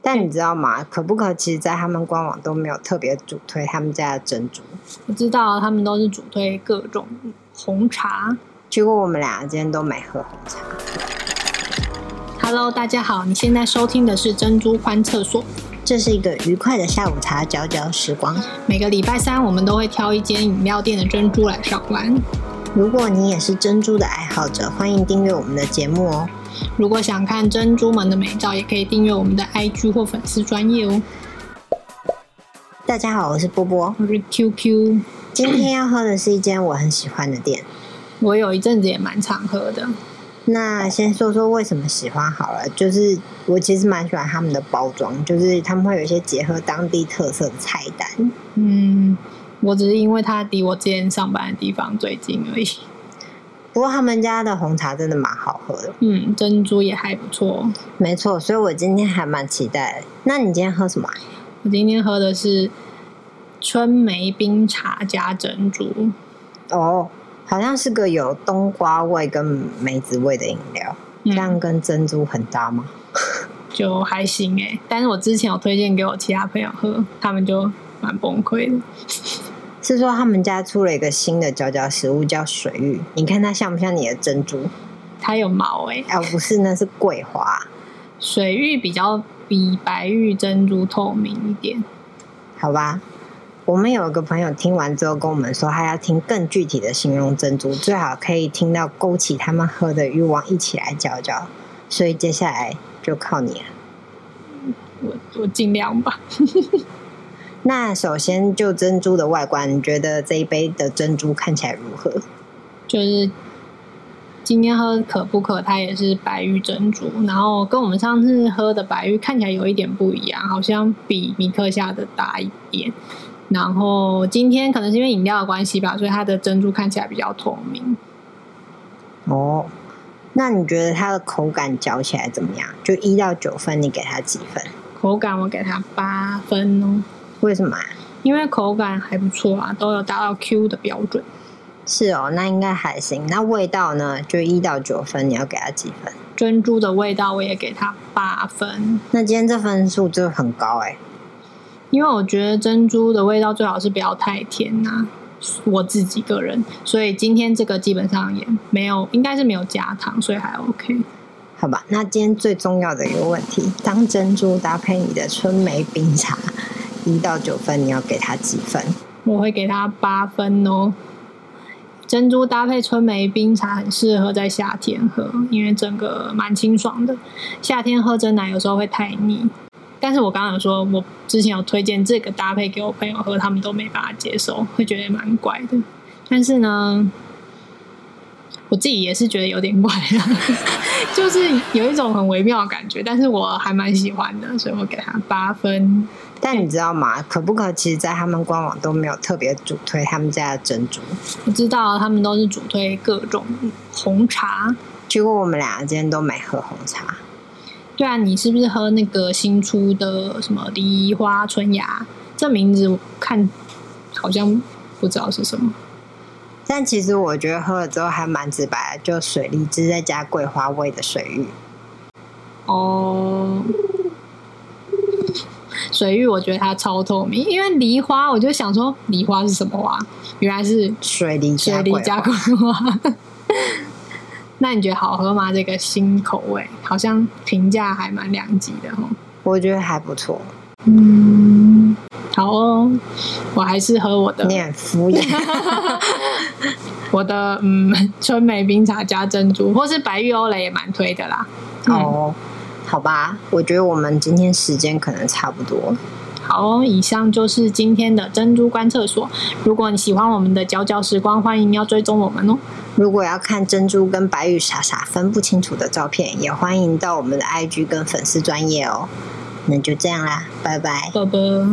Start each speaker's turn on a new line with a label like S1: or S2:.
S1: 但你知道吗？可不可其实，在他们官网都没有特别主推他们家的珍珠。
S2: 我知道他们都是主推各种红茶。
S1: 结果我们俩今天都没喝红茶。
S2: Hello，大家好，你现在收听的是珍珠欢厕所。
S1: 这是一个愉快的下午茶嚼嚼时光。
S2: 每个礼拜三，我们都会挑一间饮料店的珍珠来赏玩。
S1: 如果你也是珍珠的爱好者，欢迎订阅我们的节目哦。
S2: 如果想看珍珠们的美照，也可以订阅我们的 IG 或粉丝专业哦。
S1: 大家好，我是波波，
S2: 我是 QQ，
S1: 今天要喝的是一间我很喜欢的店。
S2: 我有一阵子也蛮常喝的。
S1: 那先说说为什么喜欢好了，就是我其实蛮喜欢他们的包装，就是他们会有一些结合当地特色的菜单。
S2: 嗯，我只是因为它离我之前上班的地方最近而已。
S1: 不过他们家的红茶真的蛮好喝的，
S2: 嗯，珍珠也还不错。
S1: 没错，所以我今天还蛮期待的。那你今天喝什么啊、
S2: 我今天喝的是春梅冰茶加珍珠，
S1: 哦，好像是个有冬瓜味跟梅子味的饮料，
S2: 嗯
S1: 这样跟珍珠很搭吗？
S2: 就还行诶、但是我之前有推荐给我其他朋友喝，他们就蛮崩溃的。
S1: 是说他们家出了一个新的佼佼食物叫水玉，你看它像不像你的珍珠？
S2: 它有毛诶、
S1: 啊，不是，那是桂花。
S2: 水玉比较比白玉珍珠透明一点。
S1: 好吧，我们有一个朋友听完之后跟我们说，他要听更具体的形容珍珠，最好可以听到勾起他们喝的欲望，一起来嚼嚼。所以接下来就靠你了。
S2: 我我尽量吧。
S1: 那首先就珍珠的外观，你觉得这一杯的珍珠看起来如何？
S2: 就是今天喝可不可，它也是白玉珍珠，然后跟我们上次喝的白玉看起来有一点不一样，好像比米克夏的大一点。然后今天可能是因为饮料的关系吧，所以它的珍珠看起来比较透明。
S1: 哦，那你觉得它的口感嚼起来怎么样？就一到九分，你给它几分？
S2: 口感我给它八分哦，
S1: 为什么、啊？
S2: 因为口感还不错啊，都有达到 Q 的标准。
S1: 是哦，那应该还行。那味道呢？就一到九分，你要给它几分？
S2: 珍珠的味道我也给它八分，
S1: 那今天这分数就很高哎、
S2: 因为我觉得珍珠的味道最好是不要太甜呐、我自己个人，所以今天这个基本上也没有，应该是没有加糖，所以还 OK。
S1: 好吧，那今天最重要的一个问题，当珍珠搭配你的春梅冰茶，一到九分，你要给它几分？
S2: 我会给它八分哦。珍珠搭配春梅冰茶很适合在夏天喝，因为整个蛮清爽的。夏天喝真奶有时候会太腻，但是我刚刚有说，我之前有推荐这个搭配给我朋友喝，他们都没办法接受，会觉得蛮怪的。但是呢，我自己也是觉得有点怪啦， 就是有一种很微妙的感觉，但是我还蛮喜欢的，所以我给它八分。
S1: 但你知道吗？可不可其实，在他们官网都没有特别主推他们家的珍珠。
S2: 我知道他们都是主推各种红茶。
S1: 结果我们俩今天都没喝红茶。
S2: 对啊，你是不是喝那个新出的什么梨花春芽？这名字我看好像不知道是什么。
S1: 但其实我觉得喝了之后还蛮直白的，就水荔枝再加桂花味的水玉。
S2: 哦，水玉我觉得它超透明，因为梨花我就想说梨花是什么花，原来是
S1: 水梨
S2: 水
S1: 加
S2: 梨
S1: 桂
S2: 加
S1: 花，
S2: 桂花。 那你觉得好喝吗？这个新口味好像评价还蛮两极的哦。
S1: 我觉得还不错。
S2: 嗯，好哦，我还是喝我的
S1: 你很敷 衍，
S2: 我的嗯春梅冰茶加珍珠，或是白玉欧蕾也蛮推的啦。嗯，
S1: 哦，好吧，我觉得我们今天时间可能差不多。
S2: 好哦、以上就是今天的珍珠观厕所。如果你喜欢我们的佼佼时光，欢迎要追踪我们哦。
S1: 如果要看珍珠跟白玉傻傻分不清楚的照片，也欢迎到我们的 IG 跟粉丝专业哦。那就这样啦，拜拜。
S2: 啵啵。